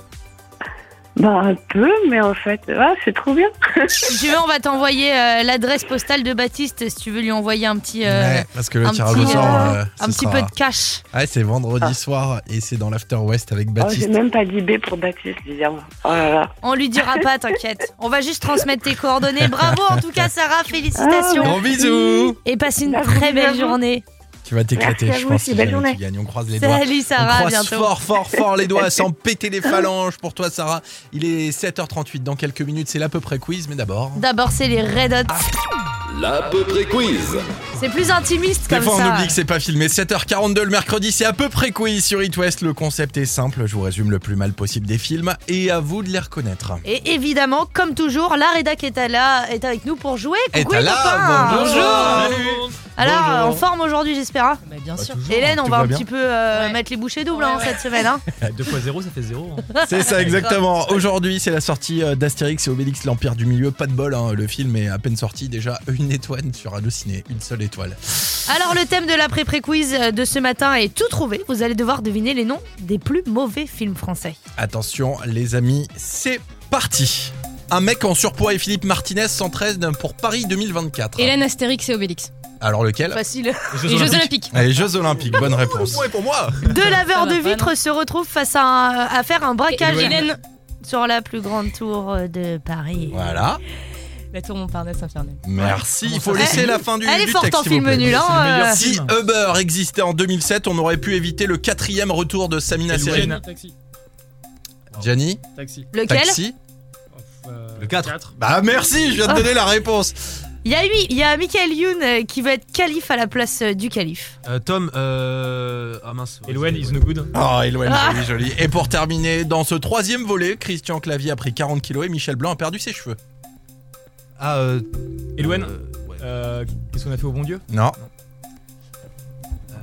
[SPEAKER 9] Bah un peu, mais en fait, ah, c'est trop bien.
[SPEAKER 5] Si tu veux, on va t'envoyer euh, l'adresse postale de Baptiste si tu veux lui envoyer un petit, euh,
[SPEAKER 4] ouais, parce que le
[SPEAKER 5] un
[SPEAKER 4] tirage au
[SPEAKER 5] petit,
[SPEAKER 4] sort.
[SPEAKER 5] euh,
[SPEAKER 4] euh,
[SPEAKER 5] un
[SPEAKER 4] ce
[SPEAKER 5] petit
[SPEAKER 4] sera-
[SPEAKER 5] peu de cash.
[SPEAKER 4] Ouais, c'est vendredi
[SPEAKER 9] Ah.
[SPEAKER 4] soir et c'est dans l'After West avec
[SPEAKER 9] [LAUGHS] Oh, j'ai
[SPEAKER 4] Baptiste.
[SPEAKER 9] même pas dit B pour Baptiste, bizarrement. Oh là là.
[SPEAKER 5] On lui dira pas, t'inquiète. On va juste transmettre tes coordonnées. Bravo en tout cas, Sarah, félicitations.
[SPEAKER 4] Gros bisous
[SPEAKER 5] Et passe une
[SPEAKER 9] Merci,
[SPEAKER 5] très belle
[SPEAKER 9] bravo.
[SPEAKER 5] journée.
[SPEAKER 4] Tu vas t'éclater,
[SPEAKER 9] Merci à
[SPEAKER 4] je
[SPEAKER 9] vous
[SPEAKER 4] pense.
[SPEAKER 9] aussi,
[SPEAKER 4] si
[SPEAKER 9] belle
[SPEAKER 4] jamais
[SPEAKER 9] journée.
[SPEAKER 4] tu gagnes. On croise les doigts.
[SPEAKER 5] Salut
[SPEAKER 4] on
[SPEAKER 5] Sarah, à
[SPEAKER 4] croise
[SPEAKER 5] bientôt.
[SPEAKER 4] fort, fort, fort les doigts
[SPEAKER 9] [LAUGHS]
[SPEAKER 4] sans péter les phalanges pour toi, Sarah. Il est 7h38. Dans quelques minutes, c'est l'à peu près quiz, mais d'abord.
[SPEAKER 5] D'abord, c'est les Red Hot.
[SPEAKER 1] L'à peu près quiz.
[SPEAKER 5] C'est plus intimiste
[SPEAKER 4] Des
[SPEAKER 5] comme
[SPEAKER 4] fois, on
[SPEAKER 5] ça.
[SPEAKER 4] oublie que c'est pas filmé. 7h42 le mercredi, c'est à peu près quiz sur It West. Le concept est simple, je vous résume le plus mal possible des films et à vous de les reconnaître.
[SPEAKER 5] Et évidemment, comme toujours, la rédac est, à là, est avec nous pour jouer.
[SPEAKER 4] Est
[SPEAKER 5] Coucou
[SPEAKER 4] à
[SPEAKER 5] les
[SPEAKER 4] là,
[SPEAKER 5] copains
[SPEAKER 4] bonjour.
[SPEAKER 5] Alors, en forme aujourd'hui, j'espère. hein
[SPEAKER 10] Mais bien sûr.
[SPEAKER 5] Hélène, on
[SPEAKER 4] tout
[SPEAKER 5] va
[SPEAKER 4] va
[SPEAKER 5] un
[SPEAKER 4] bien.
[SPEAKER 5] petit peu euh, mettre les bouchées doubles hein, cette
[SPEAKER 10] [LAUGHS]
[SPEAKER 5] semaine. hein.
[SPEAKER 10] 2 Bah, fois 0, ça fait hein. 0.
[SPEAKER 4] C'est
[SPEAKER 5] [LAUGHS]
[SPEAKER 4] ça exactement. Aujourd'hui, c'est la sortie euh, d'Astérix et Obélix l'Empire du Milieu. Pas de bol, hein, le film est à peine sorti déjà une étoile sur Allociné, une seule étoile.
[SPEAKER 5] Alors, le thème de l'après-pré-quiz de ce matin est tout trouvé. Vous allez devoir deviner les noms des plus mauvais films français.
[SPEAKER 4] Attention les amis, c'est parti. Un mec en surpoids et Philippe Martinez s'entraident pour Paris 2024.
[SPEAKER 10] Hélène Astérix et Obélix.
[SPEAKER 4] Alors lequel
[SPEAKER 5] Facile.
[SPEAKER 10] Les Jeux Olympiques.
[SPEAKER 4] Les Jeux Olympiques, bonne réponse.
[SPEAKER 6] pour moi
[SPEAKER 5] Deux laveurs
[SPEAKER 10] Ça va
[SPEAKER 5] de
[SPEAKER 10] pas,
[SPEAKER 5] vitres se retrouvent face à, un- à faire un braquage
[SPEAKER 10] Hélène.
[SPEAKER 5] sur la plus grande tour de Paris.
[SPEAKER 4] Voilà,
[SPEAKER 10] La tour Montparnasse infernale.
[SPEAKER 4] merci. Il faut
[SPEAKER 5] ça
[SPEAKER 4] laisser
[SPEAKER 5] Elle-
[SPEAKER 4] la fin du,
[SPEAKER 5] Elle est
[SPEAKER 4] du
[SPEAKER 5] forte
[SPEAKER 4] texte,
[SPEAKER 5] en
[SPEAKER 4] s'il vous
[SPEAKER 5] film
[SPEAKER 4] plaît.
[SPEAKER 5] nul. hein,
[SPEAKER 10] le meilleur
[SPEAKER 5] euh,
[SPEAKER 4] Si Uber existait en 2007, on aurait pu éviter le quatrième retour de Samina Seri.
[SPEAKER 10] Taxi.
[SPEAKER 4] Gianni,
[SPEAKER 10] Taxi.
[SPEAKER 5] Lequel
[SPEAKER 4] taxi
[SPEAKER 10] Le
[SPEAKER 6] quatre.
[SPEAKER 4] Bah merci, je viens de
[SPEAKER 5] Oh.
[SPEAKER 4] donner la réponse.
[SPEAKER 5] Il y a, lui- il y a Michael Youn euh, qui va être calife à la place euh, du calife.
[SPEAKER 6] Tom, euh... Ah mince.
[SPEAKER 10] Eloen is no good.
[SPEAKER 4] Oh, Eloane,
[SPEAKER 5] Ah.
[SPEAKER 4] joli, joli. Et pour terminer, dans ce troisième volet, Christian Clavier a pris 40 kilos et Michel Blanc a perdu ses cheveux.
[SPEAKER 6] Ah, euh...
[SPEAKER 10] Eloen.
[SPEAKER 6] euh, ouais.
[SPEAKER 10] Euh, Qu'est-ce qu'on a fait au bon Dieu
[SPEAKER 4] Non.
[SPEAKER 6] Euh,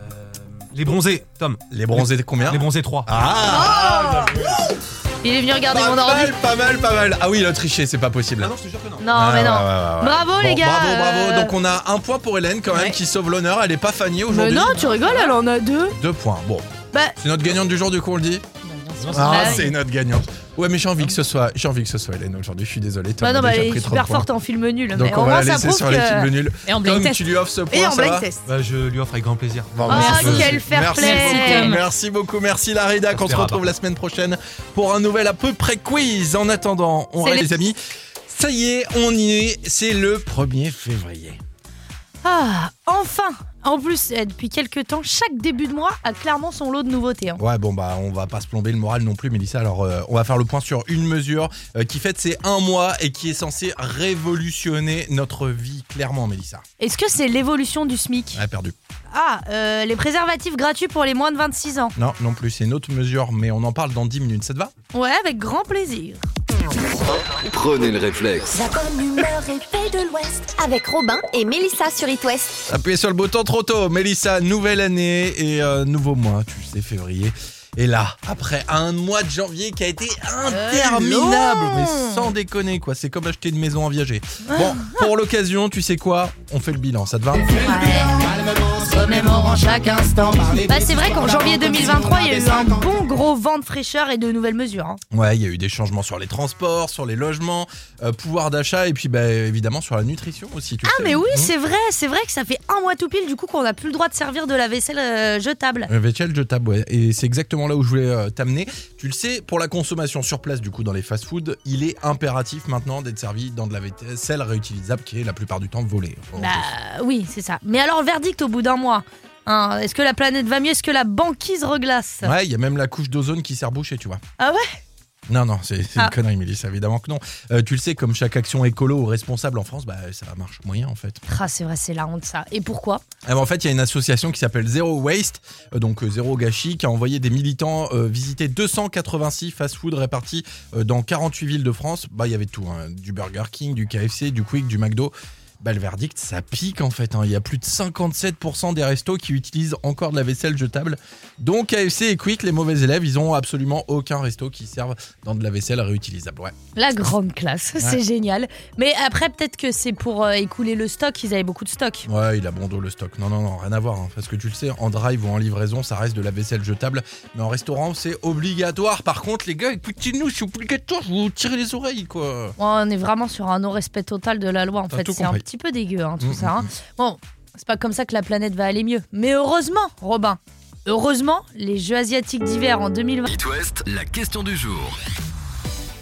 [SPEAKER 6] Les bronzés, Tom.
[SPEAKER 4] Les bronzés de combien
[SPEAKER 6] Les bronzés 3.
[SPEAKER 4] Ah
[SPEAKER 5] Il est venu regarder
[SPEAKER 4] Pas
[SPEAKER 5] mon ordi.
[SPEAKER 4] mal, pas mal, pas mal. Ah oui, il a triché, c'est pas possible.
[SPEAKER 6] je te jure que non.
[SPEAKER 5] Non,
[SPEAKER 4] Ah,
[SPEAKER 5] mais non.
[SPEAKER 4] ouais, ouais, ouais, ouais.
[SPEAKER 5] Bravo, les
[SPEAKER 4] Bon,
[SPEAKER 5] gars.
[SPEAKER 4] Bravo,
[SPEAKER 5] euh,
[SPEAKER 4] bravo. Donc on a un point pour Hélène quand même
[SPEAKER 5] Ouais.
[SPEAKER 4] qui sauve l'honneur. Elle est pas fanée
[SPEAKER 5] Mais
[SPEAKER 4] aujourd'hui.
[SPEAKER 5] non, tu rigoles, elle en a deux.
[SPEAKER 4] Deux points. Bon.
[SPEAKER 5] Bah-
[SPEAKER 4] C'est notre gagnante du jour du coup on le dit.
[SPEAKER 5] Bah
[SPEAKER 4] Ah
[SPEAKER 5] oui.
[SPEAKER 4] c'est notre gagnante. Ouais mais j'ai envie que ce soit, j'ai envie que ce soit Hélène aujourd'hui. Je suis désolé. Tom
[SPEAKER 5] Bah non,
[SPEAKER 4] a
[SPEAKER 5] bah,
[SPEAKER 4] déjà
[SPEAKER 5] elle est
[SPEAKER 4] pris
[SPEAKER 5] super
[SPEAKER 4] 30 points.
[SPEAKER 5] forte en film nul.
[SPEAKER 4] Donc
[SPEAKER 5] mais
[SPEAKER 4] on
[SPEAKER 5] au
[SPEAKER 4] va
[SPEAKER 5] moins,
[SPEAKER 4] la
[SPEAKER 5] ça
[SPEAKER 4] laisser
[SPEAKER 5] prouve
[SPEAKER 4] sur les films
[SPEAKER 5] que.
[SPEAKER 4] nuls.
[SPEAKER 10] Et en blind
[SPEAKER 4] Tom,
[SPEAKER 10] test.
[SPEAKER 4] tu lui offres ce point.
[SPEAKER 5] Et en
[SPEAKER 4] ça
[SPEAKER 5] blind
[SPEAKER 4] va
[SPEAKER 5] test.
[SPEAKER 6] Bah, je lui offre avec grand plaisir.
[SPEAKER 4] Bon,
[SPEAKER 5] Ah,
[SPEAKER 4] merci.
[SPEAKER 5] quel fair
[SPEAKER 4] merci
[SPEAKER 5] play.
[SPEAKER 4] beaucoup.
[SPEAKER 10] Tom.
[SPEAKER 4] Merci beaucoup, merci la Reda. Qu'on se
[SPEAKER 6] plaira
[SPEAKER 4] retrouve la semaine prochaine pour un nouvel à peu près quiz. En attendant, on
[SPEAKER 5] C'est
[SPEAKER 4] reste
[SPEAKER 5] le-
[SPEAKER 4] les amis. Ça y est, on y est. C'est le 1er février.
[SPEAKER 5] Ah, enfin En plus, euh, depuis quelques temps, chaque début de mois a clairement son lot de nouveautés. hein.
[SPEAKER 4] Ouais, bon, bah, on va pas se plomber le moral non plus, Mélissa. Alors, euh, on va faire le point sur une mesure euh, qui fête ses un mois et qui est censée révolutionner notre vie, clairement, Mélissa.
[SPEAKER 5] Est-ce que c'est l'évolution du SMIC
[SPEAKER 4] Elle a perdu.
[SPEAKER 5] Ah, euh, les préservatifs gratuits pour les moins de 26 ans.
[SPEAKER 4] Non, non plus, c'est une autre mesure, mais on en parle dans 10 minutes, ça te va
[SPEAKER 5] Ouais, avec grand plaisir.
[SPEAKER 1] Prenez le réflexe.
[SPEAKER 3] La bonne humeur et paix de l'Ouest avec Robin et Mélissa sur It West.
[SPEAKER 4] Appuyez sur le bouton trop tôt, Mélissa, nouvelle année et euh, nouveau mois, tu sais, février. Et là, après un mois de janvier qui a été interminable,
[SPEAKER 5] long.
[SPEAKER 4] mais sans déconner quoi, c'est comme acheter une maison en viager. Bon, pour l'occasion, tu sais quoi On fait le bilan, ça te va
[SPEAKER 5] Bah c'est vrai qu'en janvier 2023, il y a eu un bon gros vent de fraîcheur et de nouvelles mesures. hein.
[SPEAKER 4] Ouais, il y a eu des changements sur les transports, sur les logements, euh, pouvoir d'achat et puis bah, évidemment sur la nutrition aussi. Tu Mmh.
[SPEAKER 5] Ah mais oui, c'est vrai, c'est vrai que ça fait un mois tout pile du coup qu'on n'a plus le droit de servir de la vaisselle euh, jetable.
[SPEAKER 4] Véchel, je tape, ouais. Et c'est exactement là où je voulais euh, t'amener. Tu le sais, pour la consommation sur place, du coup, dans les fast-foods, il est impératif maintenant d'être servi dans de la vaisselle réutilisable qui est la plupart du temps volée.
[SPEAKER 5] Bah oui, c'est ça. Mais alors le verdict au bout d'un mois. hein, Est-ce que la planète va mieux Est-ce que la banquise reglace
[SPEAKER 4] Ouais, il y a même la couche d'ozone qui sert bouchée, tu vois.
[SPEAKER 5] Ah ouais
[SPEAKER 4] Non, non, c'est c'est
[SPEAKER 5] Ah.
[SPEAKER 4] une connerie, Mélissa, évidemment que non. Euh, tu le sais, comme chaque action écolo ou responsable en France, bah, ça marche moyen en fait.
[SPEAKER 5] Ah c'est vrai, c'est la honte ça. Et pourquoi
[SPEAKER 4] Ah bah en fait, il y a une association qui s'appelle Zero Waste, euh, donc euh, Zéro Gâchis, qui a envoyé des militants euh, visiter 286 fast-food répartis euh, dans 48 villes de France. Bah, il y avait tout, hein, du Burger King, du KFC, du Quick, du McDo. Bah, le verdict, ça pique en fait. hein. Il y a plus de 57% des restos qui utilisent encore de la vaisselle jetable. Donc KFC et Quick, les mauvais élèves, ils ont absolument aucun resto qui serve dans de la vaisselle réutilisable. Ouais.
[SPEAKER 5] La grande classe, [LAUGHS] c'est génial. Mais après peut-être que c'est pour euh, écouler le stock, ils avaient beaucoup de stock.
[SPEAKER 4] Ouais, il a bon dos le stock. Non, non, non, rien à voir. hein. Parce que tu le sais, en drive ou en livraison, ça reste de la vaisselle jetable. Mais en restaurant, c'est obligatoire. Par contre, les gars, écoutez-nous, c'est obligatoire, vous vous tirez les oreilles, quoi.
[SPEAKER 5] Ouais, on est vraiment sur un non-respect total de la loi en
[SPEAKER 4] T'as
[SPEAKER 5] fait.
[SPEAKER 4] tout
[SPEAKER 5] C'est un
[SPEAKER 4] compris.
[SPEAKER 5] petit peu dégueu hein, tout
[SPEAKER 4] Mm,
[SPEAKER 5] ça.
[SPEAKER 4] mm,
[SPEAKER 5] hein. Bon, c'est pas comme ça que la planète va aller mieux. Mais heureusement, Robin, heureusement, les Jeux asiatiques d'hiver en 2020.
[SPEAKER 1] It West, la question du jour.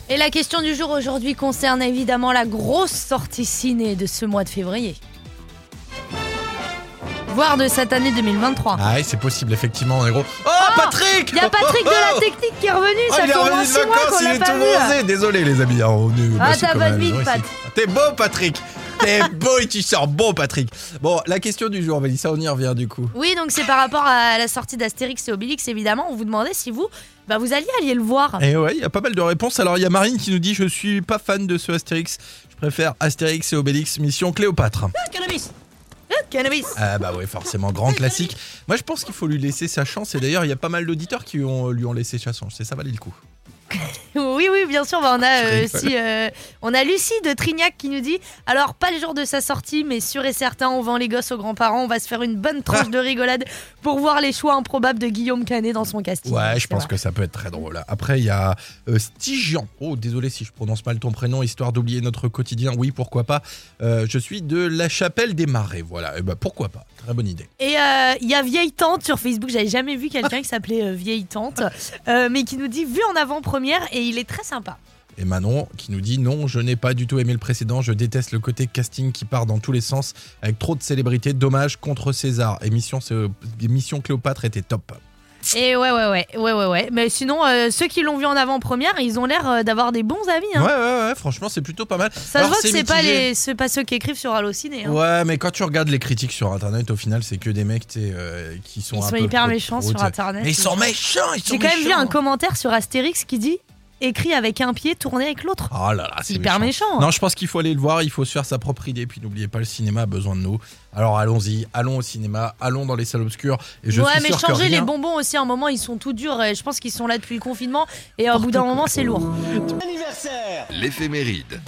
[SPEAKER 5] Et la question du jour aujourd'hui concerne évidemment la grosse sortie ciné de ce mois de février. Voire de cette année 2023.
[SPEAKER 4] Ah ouais, c'est possible, effectivement, en gros. Oh, Patrick
[SPEAKER 5] Il Ah, y a Patrick
[SPEAKER 4] [LAUGHS]
[SPEAKER 5] de la technique qui est revenu,
[SPEAKER 4] Oh,
[SPEAKER 5] ça
[SPEAKER 4] il est
[SPEAKER 5] fait au moins
[SPEAKER 4] revenu de
[SPEAKER 5] six mois
[SPEAKER 4] vacances,
[SPEAKER 5] qu'on
[SPEAKER 4] il
[SPEAKER 5] l'a
[SPEAKER 4] est
[SPEAKER 5] pas
[SPEAKER 4] tout
[SPEAKER 5] vu.
[SPEAKER 4] bronzé. Désolé, les amis. hein, on est-
[SPEAKER 5] Ah,
[SPEAKER 4] bah, c'est
[SPEAKER 5] t'as
[SPEAKER 4] comme
[SPEAKER 5] pas de
[SPEAKER 4] la
[SPEAKER 5] bite,
[SPEAKER 4] maison ici.
[SPEAKER 5] Pat.
[SPEAKER 4] T'es beau, Patrick. T'es beau et tu sors bon, Patrick. Bon, la question du jour, Mélissa, on y revient du coup.
[SPEAKER 5] Oui, donc c'est par rapport à la sortie d'Astérix et Obélix, évidemment. On vous demandait si vous, bah, vous alliez aller le voir.
[SPEAKER 4] Et Eh ouais, il y a pas mal de réponses. Alors, il y a Marine qui nous dit Je suis pas fan de ce Astérix. Je préfère Astérix et Obélix, Mission Cléopâtre.
[SPEAKER 5] Cannabis Cannabis
[SPEAKER 4] Ah, bah ouais, forcément, grand classique. Moi, je pense qu'il faut lui laisser sa chance. Et d'ailleurs, il y a pas mal d'auditeurs qui ont, lui ont laissé sa chance. Et ça valait le coup.
[SPEAKER 5] [LAUGHS] Oui, oui, bien sûr. bah, on, a, euh,
[SPEAKER 4] rigole.
[SPEAKER 5] aussi, euh, on a Lucie de Trignac qui nous dit Alors, pas le jour de sa sortie, mais sûr et certain, on vend les gosses aux grands-parents. On va se faire une
[SPEAKER 4] [LAUGHS]
[SPEAKER 5] bonne tranche de rigolade pour voir les choix improbables de Guillaume Canet dans son casting.
[SPEAKER 4] Ouais, je
[SPEAKER 5] C'est
[SPEAKER 4] pense
[SPEAKER 5] vrai.
[SPEAKER 4] que ça peut être très drôle. Après, il y a euh, Stygian. Oh, désolé si je prononce mal ton prénom, histoire d'oublier notre quotidien. Oui, pourquoi pas. Euh, je suis de la chapelle des marais. Voilà, et bah, pourquoi pas. Très bonne idée.
[SPEAKER 5] Et euh, il y a Vieille Tante sur Facebook. J'avais jamais vu quelqu'un qui s'appelait euh, Vieille Tante, euh, mais qui nous dit Vu en avant-première, et il est très sympa.
[SPEAKER 4] Et Manon qui nous dit non, je n'ai pas du tout aimé le précédent, je déteste le côté casting qui part dans tous les sens avec trop de célébrités, dommage contre César. Émission, c'est- émission Cléopâtre était top.
[SPEAKER 5] Et ouais, ouais, ouais, ouais, ouais, ouais. Mais sinon, euh, ceux qui l'ont vu en avant-première, ils ont l'air euh, d'avoir des bons avis. hein.
[SPEAKER 4] Ouais, ouais, ouais, franchement, c'est plutôt pas mal.
[SPEAKER 5] Ça
[SPEAKER 4] Alors,
[SPEAKER 5] se voit que c'est pas,
[SPEAKER 4] mitigé.
[SPEAKER 5] les, c'est pas ceux qui écrivent sur Allociné. Hein.
[SPEAKER 4] Ouais, mais quand tu regardes les critiques sur internet, au final, c'est que des mecs tu sais, euh, qui sont
[SPEAKER 5] Ils
[SPEAKER 4] un
[SPEAKER 5] sont
[SPEAKER 4] peu
[SPEAKER 5] hyper
[SPEAKER 4] pro-
[SPEAKER 5] méchants
[SPEAKER 4] pro,
[SPEAKER 5] sur
[SPEAKER 4] tu sais.
[SPEAKER 5] Internet.
[SPEAKER 4] Mais ils sont méchants, ils sont
[SPEAKER 5] J'ai quand même vu
[SPEAKER 4] méchants.
[SPEAKER 5] un commentaire sur Astérix qui dit écrit avec un pied, tourné avec l'autre.
[SPEAKER 4] Oh là là, c'est
[SPEAKER 5] Hyper méchant. hein.
[SPEAKER 4] Non, je pense qu'il faut aller le voir, il faut se faire sa propre idée, puis n'oubliez pas, le cinéma a besoin de nous. Alors allons-y, allons au cinéma, allons dans les salles obscures. Et je
[SPEAKER 5] ouais,
[SPEAKER 4] suis
[SPEAKER 5] mais
[SPEAKER 4] sûr que
[SPEAKER 5] changer les
[SPEAKER 4] rien-
[SPEAKER 5] bonbons aussi, à un moment, ils sont tout durs. et Je pense qu'ils sont là depuis le confinement. Et au bout d'un moment, c'est lourd.
[SPEAKER 1] l'éphéméride.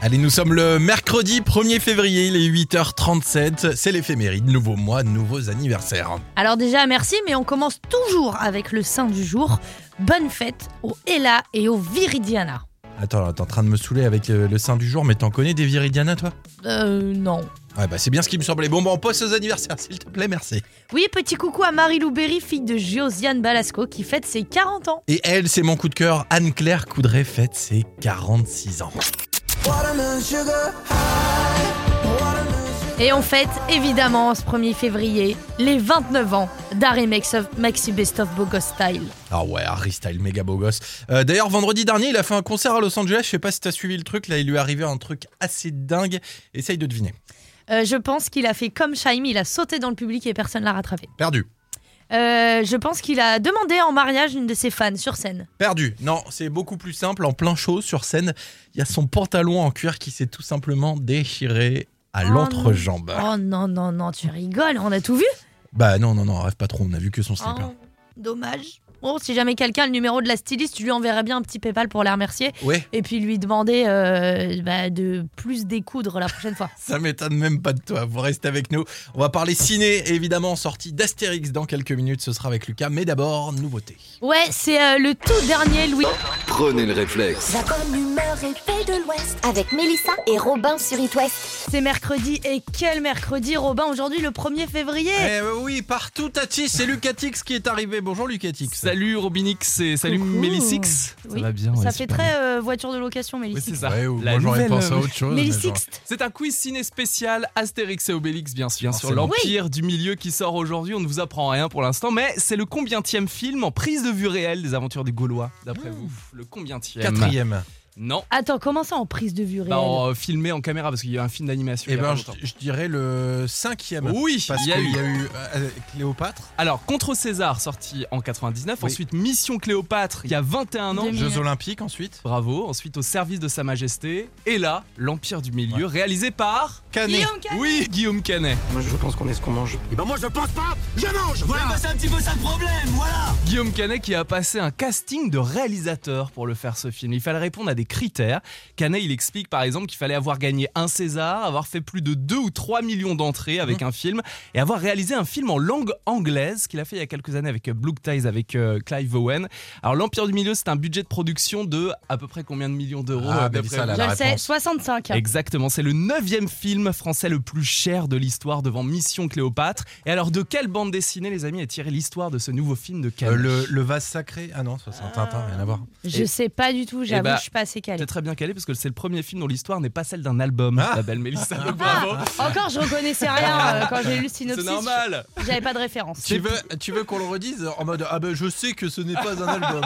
[SPEAKER 4] Allez, nous sommes le mercredi 1er février, il est 8h37, c'est l'éphéméride, nouveau mois, nouveaux anniversaires.
[SPEAKER 5] Alors, déjà, merci, mais on commence toujours avec le saint du jour. Bonne fête aux Ella et aux Viridiana.
[SPEAKER 4] Attends, t'es en train de me saouler avec euh, le sein du jour, mais t'en connais des Viridiana, toi
[SPEAKER 5] Euh, non.
[SPEAKER 4] Ouais, bah c'est bien ce qui me semblait. Bon, bah on passe aux anniversaires, s'il te plaît, merci.
[SPEAKER 5] Oui, petit coucou à Marie-Lou Berry, fille de Josiane Balasco, qui fête ses 40 ans.
[SPEAKER 4] Et elle, c'est mon coup de cœur, Anne-Claire Coudray fête ses 46 ans.
[SPEAKER 5] Et on fête évidemment ce 1er février les 29 ans d'Harry Maxi, Maxi Best of Bogos Style.
[SPEAKER 4] Ah ouais, Harry Style, méga beau gosse. Euh, D'ailleurs, vendredi dernier, il a fait un concert à Los Angeles. Je sais pas si t'as suivi le truc. Là, il lui est arrivé un truc assez dingue. Essaye de deviner.
[SPEAKER 5] Euh, je pense qu'il a fait comme Shaim, il a sauté dans le public et personne l'a rattrapé.
[SPEAKER 4] Perdu.
[SPEAKER 5] Euh, je pense qu'il a demandé en mariage une de ses fans sur scène.
[SPEAKER 4] Perdu. Non, c'est beaucoup plus simple. En plein show, sur scène, il y a son pantalon en cuir qui s'est tout simplement déchiré à
[SPEAKER 5] Oh
[SPEAKER 4] l'entrejambe.
[SPEAKER 5] Oh non, non, non, tu rigoles, on a tout vu
[SPEAKER 4] Bah non, non, non, rêve pas trop. On a vu que son slip. hein.
[SPEAKER 5] Oh, Dommage. Bon, si jamais quelqu'un a le numéro de la styliste, tu lui enverrais bien un petit PayPal pour la remercier
[SPEAKER 4] Ouais,
[SPEAKER 5] et puis lui demander euh, bah, de plus découdre la prochaine fois.
[SPEAKER 4] [LAUGHS] ça m'étonne même pas de toi. Vous restez avec nous. On va parler ciné, évidemment, sortie d'Astérix dans quelques minutes. Ce sera avec Lucas. Mais d'abord, nouveauté.
[SPEAKER 5] Ouais, c'est euh, le tout dernier Louis.
[SPEAKER 1] Prenez le réflexe.
[SPEAKER 3] La bonne humeur et paix de l'Ouest avec Mélissa et Robin sur It West.
[SPEAKER 5] C'est mercredi et quel mercredi Robin aujourd'hui le 1er février
[SPEAKER 4] Eh oui, partout Tati, c'est Lucatix qui est arrivé. Bonjour Lucatix.
[SPEAKER 7] Salut Robinix et salut
[SPEAKER 5] Coucou.
[SPEAKER 7] Mélissix.
[SPEAKER 5] Oui,
[SPEAKER 7] ça va bien.
[SPEAKER 5] Ça
[SPEAKER 7] ouais,
[SPEAKER 5] fait
[SPEAKER 7] super
[SPEAKER 5] très euh, voiture de location
[SPEAKER 7] bien.
[SPEAKER 5] mais
[SPEAKER 7] Ouais, c'est ça. La
[SPEAKER 11] moi j'aurais
[SPEAKER 7] nouvelle,
[SPEAKER 11] pensé à
[SPEAKER 7] euh,
[SPEAKER 11] autre chose. mais
[SPEAKER 5] Mélie
[SPEAKER 11] genre-
[SPEAKER 5] Sixte.
[SPEAKER 7] C'est un quiz ciné spécial Astérix et Obélix, bien, bien sûr.
[SPEAKER 4] Forcément.
[SPEAKER 7] L'Empire du Milieu qui sort aujourd'hui. On ne vous apprend rien pour l'instant, mais c'est le combientième film en prise de vue réelle des aventures des Gaulois, d'après vous Le combientième
[SPEAKER 4] Quatrième.
[SPEAKER 7] Non.
[SPEAKER 5] Attends, comment ça en prise de vue réelle
[SPEAKER 7] Bah, en, euh, filmé en caméra, parce qu'il y a un film d'animation.
[SPEAKER 4] Eh
[SPEAKER 7] il y a
[SPEAKER 4] ben,
[SPEAKER 7] pas
[SPEAKER 4] je,
[SPEAKER 7] longtemps.
[SPEAKER 4] je dirais le cinquième.
[SPEAKER 7] Oui,
[SPEAKER 4] Parce
[SPEAKER 7] il y a eu.
[SPEAKER 4] qu'il y a eu euh, euh, Cléopâtre,
[SPEAKER 7] Alors, Contre César, sorti en 99.
[SPEAKER 4] Oui.
[SPEAKER 7] Ensuite, Mission Cléopâtre, il y a 21 ans.
[SPEAKER 5] 2000.
[SPEAKER 4] Jeux Olympiques ensuite.
[SPEAKER 7] Bravo. Ensuite, Au service de Sa Majesté. Et là, L'Empire du Milieu, réalisé par.
[SPEAKER 4] Canet.
[SPEAKER 5] Guillaume Canet.
[SPEAKER 7] Oui, Guillaume Canet.
[SPEAKER 6] Moi je pense qu'on est ce qu'on mange. Et ben moi je pense pas Je mange Voilà c'est un petit peu ça le problème, voilà
[SPEAKER 7] Guillaume Canet qui a passé un casting de réalisateur pour le faire ce film. Il fallait répondre à des critères. Canet, il explique par exemple qu'il fallait avoir gagné un César, avoir fait plus de 2 ou 3 millions d'entrées
[SPEAKER 4] Mhm.
[SPEAKER 7] avec un film et avoir réalisé un film en langue anglaise qu'il a fait il y a quelques années avec euh, Blue Ties avec euh, Clive Owen. Alors l'Empire du Milieu, c'est un budget de production de à peu près combien de millions d'euros
[SPEAKER 4] Ah,
[SPEAKER 7] euh, d'après
[SPEAKER 4] mais ça,
[SPEAKER 7] vous
[SPEAKER 4] là,
[SPEAKER 5] Je
[SPEAKER 4] la
[SPEAKER 5] le sais, hein.
[SPEAKER 4] réponse.
[SPEAKER 5] 65.
[SPEAKER 7] Exactement, c'est le neuvième film français le plus cher de l'histoire devant Mission Cléopâtre. Et alors de quelle bande dessinée les amis est tirée l'histoire de ce nouveau film de Canet
[SPEAKER 4] Euh, le, le vase sacré. Ah non, ça c'est un Tintin, rien à voir.
[SPEAKER 5] Je
[SPEAKER 7] Et-
[SPEAKER 5] sais pas du tout, j'avoue,
[SPEAKER 7] bah,
[SPEAKER 5] je suis pas assez calée.
[SPEAKER 7] T'es très bien calé parce que c'est le premier film dont l'histoire n'est pas celle d'un album,
[SPEAKER 4] Ah.
[SPEAKER 7] la belle Mélissa. Donc
[SPEAKER 5] Ah,
[SPEAKER 7] bravo.
[SPEAKER 5] encore, je
[SPEAKER 7] [LAUGHS]
[SPEAKER 5] reconnaissais rien euh, quand j'ai lu le
[SPEAKER 7] C'est
[SPEAKER 5] synopsis.
[SPEAKER 7] normal.
[SPEAKER 5] J'avais pas de référence.
[SPEAKER 4] [LAUGHS] Tu veux, tu veux qu'on le redise en mode Ah ben je sais que ce n'est pas un album.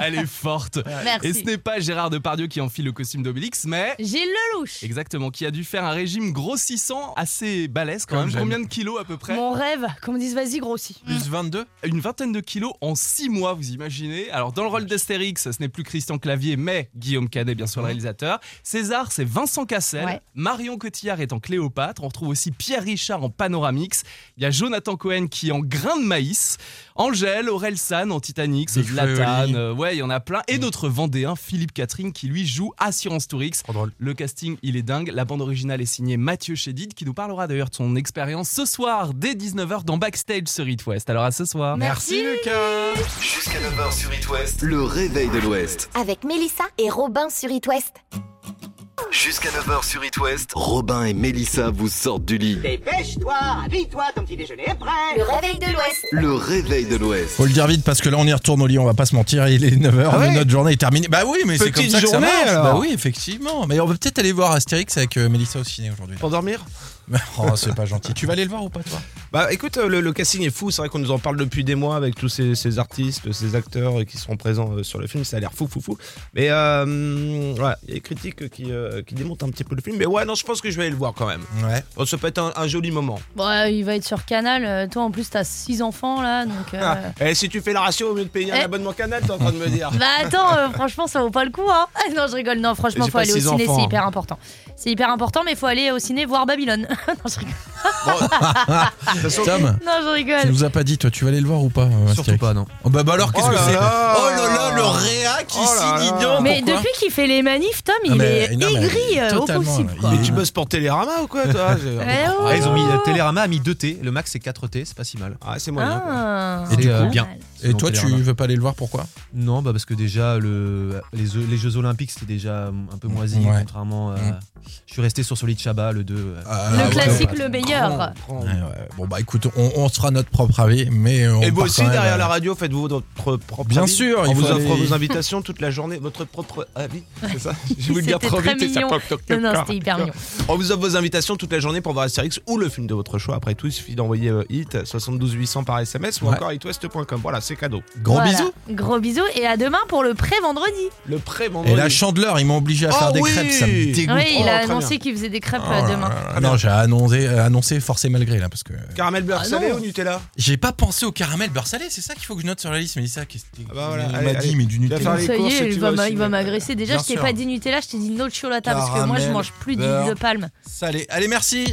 [SPEAKER 7] Elle est forte. Et ce
[SPEAKER 5] Merci.
[SPEAKER 7] n'est pas Gérard Depardieu qui enfile le costume d'Obélix, mais.
[SPEAKER 5] Gilles Lelouch.
[SPEAKER 7] Exactement, qui a dû faire un régime grossissant assez balèze quand
[SPEAKER 6] Comme
[SPEAKER 7] même.
[SPEAKER 6] j'aime.
[SPEAKER 7] Combien de kilos à peu près
[SPEAKER 5] Mon rêve, qu'on me dise vas-y grossis.
[SPEAKER 6] Plus 22
[SPEAKER 7] Une vingtaine de kilos en 6 mois, vous imaginez Alors, dans le rôle d'Astérix, ce n'est plus Christian Clavier, mais Guillaume Canet, bien sûr, le réalisateur. César, c'est Vincent Cassel.
[SPEAKER 5] Ouais.
[SPEAKER 7] Marion Cotillard est en Cléopâtre. On retrouve aussi Pierre Richard en Panoramix. Il y a Jonathan Cohen qui est en Grain de Maïs. Angèle, Aurel San en Titanic,
[SPEAKER 6] Big
[SPEAKER 7] Zlatan.
[SPEAKER 6] Fréoli.
[SPEAKER 7] euh, ouais, il y en a plein. Et notre Vendéen, Philippe Catherine, qui lui joue Assurance Tourix.
[SPEAKER 6] Trop drôle.
[SPEAKER 7] Le casting, il est dingue. La bande originale est signée Mathieu Chédid, qui nous parlera d'ailleurs de son expérience ce soir, dès 19h, dans Backstage sur It West. Alors à ce soir.
[SPEAKER 5] Merci.
[SPEAKER 6] Lucas
[SPEAKER 1] Jusqu'à 9h sur It West, le réveil de l'Ouest.
[SPEAKER 3] Avec Mélissa et Robin sur It West.
[SPEAKER 1] Jusqu'à 9h sur It West, Robin et Mélissa vous sortent du lit.
[SPEAKER 2] Dépêche-toi, habille-toi, ton petit déjeuner est prêt.
[SPEAKER 3] Le réveil de l'Ouest.
[SPEAKER 1] Le réveil de l'Ouest.
[SPEAKER 4] Faut le dire vite parce que là on y retourne au lit, on va pas se mentir, il est 9h,
[SPEAKER 6] Ah ouais
[SPEAKER 4] notre journée est terminée. Bah oui, mais c'est
[SPEAKER 6] Petite
[SPEAKER 4] comme ça que ça
[SPEAKER 6] journée,
[SPEAKER 4] marche.
[SPEAKER 6] alors.
[SPEAKER 4] Bah oui, effectivement. Mais on va peut-être aller voir Astérix avec euh, Mélissa au ciné aujourd'hui.
[SPEAKER 6] Pour dormir
[SPEAKER 4] Oh, c'est pas gentil. Tu vas aller le voir ou pas toi
[SPEAKER 6] Bah écoute, euh, le, le casting est fou, c'est vrai qu'on nous en parle depuis des mois avec tous ces, ces artistes, ces acteurs euh, qui seront présents euh, sur le film, ça a l'air fou, fou, fou. Mais euh, hum, voilà, il y a des critiques qui, euh, qui démontent un petit peu le film, mais ouais, non, je pense que je vais aller le voir quand même.
[SPEAKER 4] Ouais.
[SPEAKER 6] Bon, ça peut être un, un joli moment.
[SPEAKER 5] Ouais, Bah, il va être sur Canal. Euh, toi, en plus, t'as 6 enfants là, donc. euh,
[SPEAKER 6] Ah, et si tu fais la ratio au lieu de payer un
[SPEAKER 5] Eh.
[SPEAKER 6] abonnement canal, t'es en train de me dire
[SPEAKER 5] Bah attends, euh, franchement, ça vaut pas le coup, hein. [LAUGHS] Ah, Non, je rigole. Non, franchement,
[SPEAKER 6] J'ai
[SPEAKER 5] faut
[SPEAKER 6] pas
[SPEAKER 5] aller au
[SPEAKER 6] six
[SPEAKER 5] ciné,
[SPEAKER 6] enfants.
[SPEAKER 5] c'est hyper important. C'est hyper important, mais faut aller au ciné voir Babylone. [LAUGHS] non, je rigole. [LAUGHS]
[SPEAKER 4] Tom,
[SPEAKER 5] Non, je
[SPEAKER 4] tu
[SPEAKER 5] rigole.
[SPEAKER 4] nous as pas dit, toi tu vas aller le voir ou pas
[SPEAKER 10] Ah
[SPEAKER 4] euh, Astérix
[SPEAKER 10] non.
[SPEAKER 4] Oh, bah, bah alors qu'est-ce
[SPEAKER 6] Oh
[SPEAKER 4] que
[SPEAKER 6] là
[SPEAKER 4] c'est
[SPEAKER 6] là.
[SPEAKER 4] Oh là là, le réa qui
[SPEAKER 6] Oh là
[SPEAKER 4] signe
[SPEAKER 6] là.
[SPEAKER 4] donc,
[SPEAKER 5] Mais
[SPEAKER 4] pourquoi
[SPEAKER 5] depuis qu'il fait les manifs, Tom, il
[SPEAKER 4] mais-
[SPEAKER 5] est
[SPEAKER 4] non, mais
[SPEAKER 5] aigri euh, au
[SPEAKER 4] totalement,
[SPEAKER 5] possible.
[SPEAKER 4] là,
[SPEAKER 5] quoi.
[SPEAKER 4] il
[SPEAKER 6] Mais tu bosses pour Télérama ou quoi, toi
[SPEAKER 5] [LAUGHS] Eh oh.
[SPEAKER 10] Ah, ils ont mis Télérama a mis 2T, le max c'est 4T, c'est pas si mal.
[SPEAKER 6] Ah, c'est moyen. quoi.
[SPEAKER 5] Ah.
[SPEAKER 4] Et du
[SPEAKER 10] C'est,
[SPEAKER 4] coup,
[SPEAKER 10] euh,
[SPEAKER 4] bien. Et
[SPEAKER 10] Selon
[SPEAKER 4] toi tu
[SPEAKER 10] Télérama.
[SPEAKER 4] veux pas aller le voir pourquoi
[SPEAKER 10] Non, bah parce que déjà le, les, Jeux- les Jeux Olympiques c'était déjà un peu moisi,
[SPEAKER 4] Ouais.
[SPEAKER 10] contrairement. à-
[SPEAKER 4] Mm.
[SPEAKER 10] Je suis resté sur celui de Chabat, le 2. euh,
[SPEAKER 5] Le
[SPEAKER 4] Ah, ouais,
[SPEAKER 5] classique,
[SPEAKER 4] ouais.
[SPEAKER 5] le meilleur.
[SPEAKER 4] Ouais, ouais. Bon bah écoute, on, on sera notre propre avis, mais euh, on
[SPEAKER 6] Et vous
[SPEAKER 4] part
[SPEAKER 6] aussi,
[SPEAKER 4] quand même,
[SPEAKER 6] derrière
[SPEAKER 4] euh,
[SPEAKER 6] la radio, faites-vous votre propre
[SPEAKER 4] Bien
[SPEAKER 6] avis.
[SPEAKER 4] sûr,
[SPEAKER 6] on
[SPEAKER 4] il
[SPEAKER 6] vous
[SPEAKER 4] faut
[SPEAKER 6] offre
[SPEAKER 4] aller-
[SPEAKER 6] vos invitations toute la journée, votre propre avis,
[SPEAKER 5] [LAUGHS]
[SPEAKER 6] c'est ça Je vais vous le dire
[SPEAKER 5] C'était
[SPEAKER 6] trop
[SPEAKER 5] très
[SPEAKER 6] vite et ça
[SPEAKER 5] mignon.
[SPEAKER 6] pop, toc, toc,
[SPEAKER 5] Non, non,
[SPEAKER 6] toc.
[SPEAKER 5] c'était hyper mignon.
[SPEAKER 6] On vous offre vos invitations toute la journée pour voir Astérix ou le film de votre choix. Après tout, il suffit d'envoyer euh, hit 72 800 par SMS ou
[SPEAKER 4] Ouais.
[SPEAKER 6] encore hitwest.com. Voilà, c'est cadeau.
[SPEAKER 4] Gros
[SPEAKER 5] Voilà.
[SPEAKER 4] bisous.
[SPEAKER 5] Gros bisous et à demain pour le pré-vendredi.
[SPEAKER 6] Le pré-vendredi.
[SPEAKER 4] Et la chandeleur, ils m'ont obligé à
[SPEAKER 6] Oh
[SPEAKER 4] faire des
[SPEAKER 6] oui
[SPEAKER 4] crêpes, ça me dégoûte.
[SPEAKER 5] Oui, il a
[SPEAKER 6] très
[SPEAKER 5] annoncé qu'il faisait des crêpes
[SPEAKER 4] Oh
[SPEAKER 5] euh,
[SPEAKER 4] là
[SPEAKER 5] demain.
[SPEAKER 4] là là. Non, j'ai annoncé, euh, annoncé forcé malgré là parce que euh,
[SPEAKER 6] Caramel beurre
[SPEAKER 5] Ah
[SPEAKER 6] salé
[SPEAKER 5] non.
[SPEAKER 6] ou Nutella
[SPEAKER 4] j'ai pas pensé au caramel beurre salé, c'est ça qu'il faut que je note sur la liste. Mais ça, qu'est-ce que
[SPEAKER 6] Ah bah voilà,
[SPEAKER 4] il
[SPEAKER 6] allez,
[SPEAKER 4] m'a dit
[SPEAKER 6] allez.
[SPEAKER 4] mais du
[SPEAKER 6] vas faire
[SPEAKER 4] Nutella.
[SPEAKER 6] les
[SPEAKER 5] Ça y
[SPEAKER 6] courses et
[SPEAKER 5] est,
[SPEAKER 6] tu
[SPEAKER 5] il
[SPEAKER 6] vas
[SPEAKER 5] va
[SPEAKER 6] au
[SPEAKER 5] m'a- il
[SPEAKER 6] ciné.
[SPEAKER 5] va m'agresser. Déjà,
[SPEAKER 4] Bien
[SPEAKER 5] je t'ai
[SPEAKER 4] sûr.
[SPEAKER 5] pas dit Nutella, je t'ai dit nocciolata hein, parce que moi, je
[SPEAKER 4] Caramel,
[SPEAKER 5] mange plus d'huile de
[SPEAKER 4] beurre.
[SPEAKER 5] palme.
[SPEAKER 4] Salé. Allez, merci.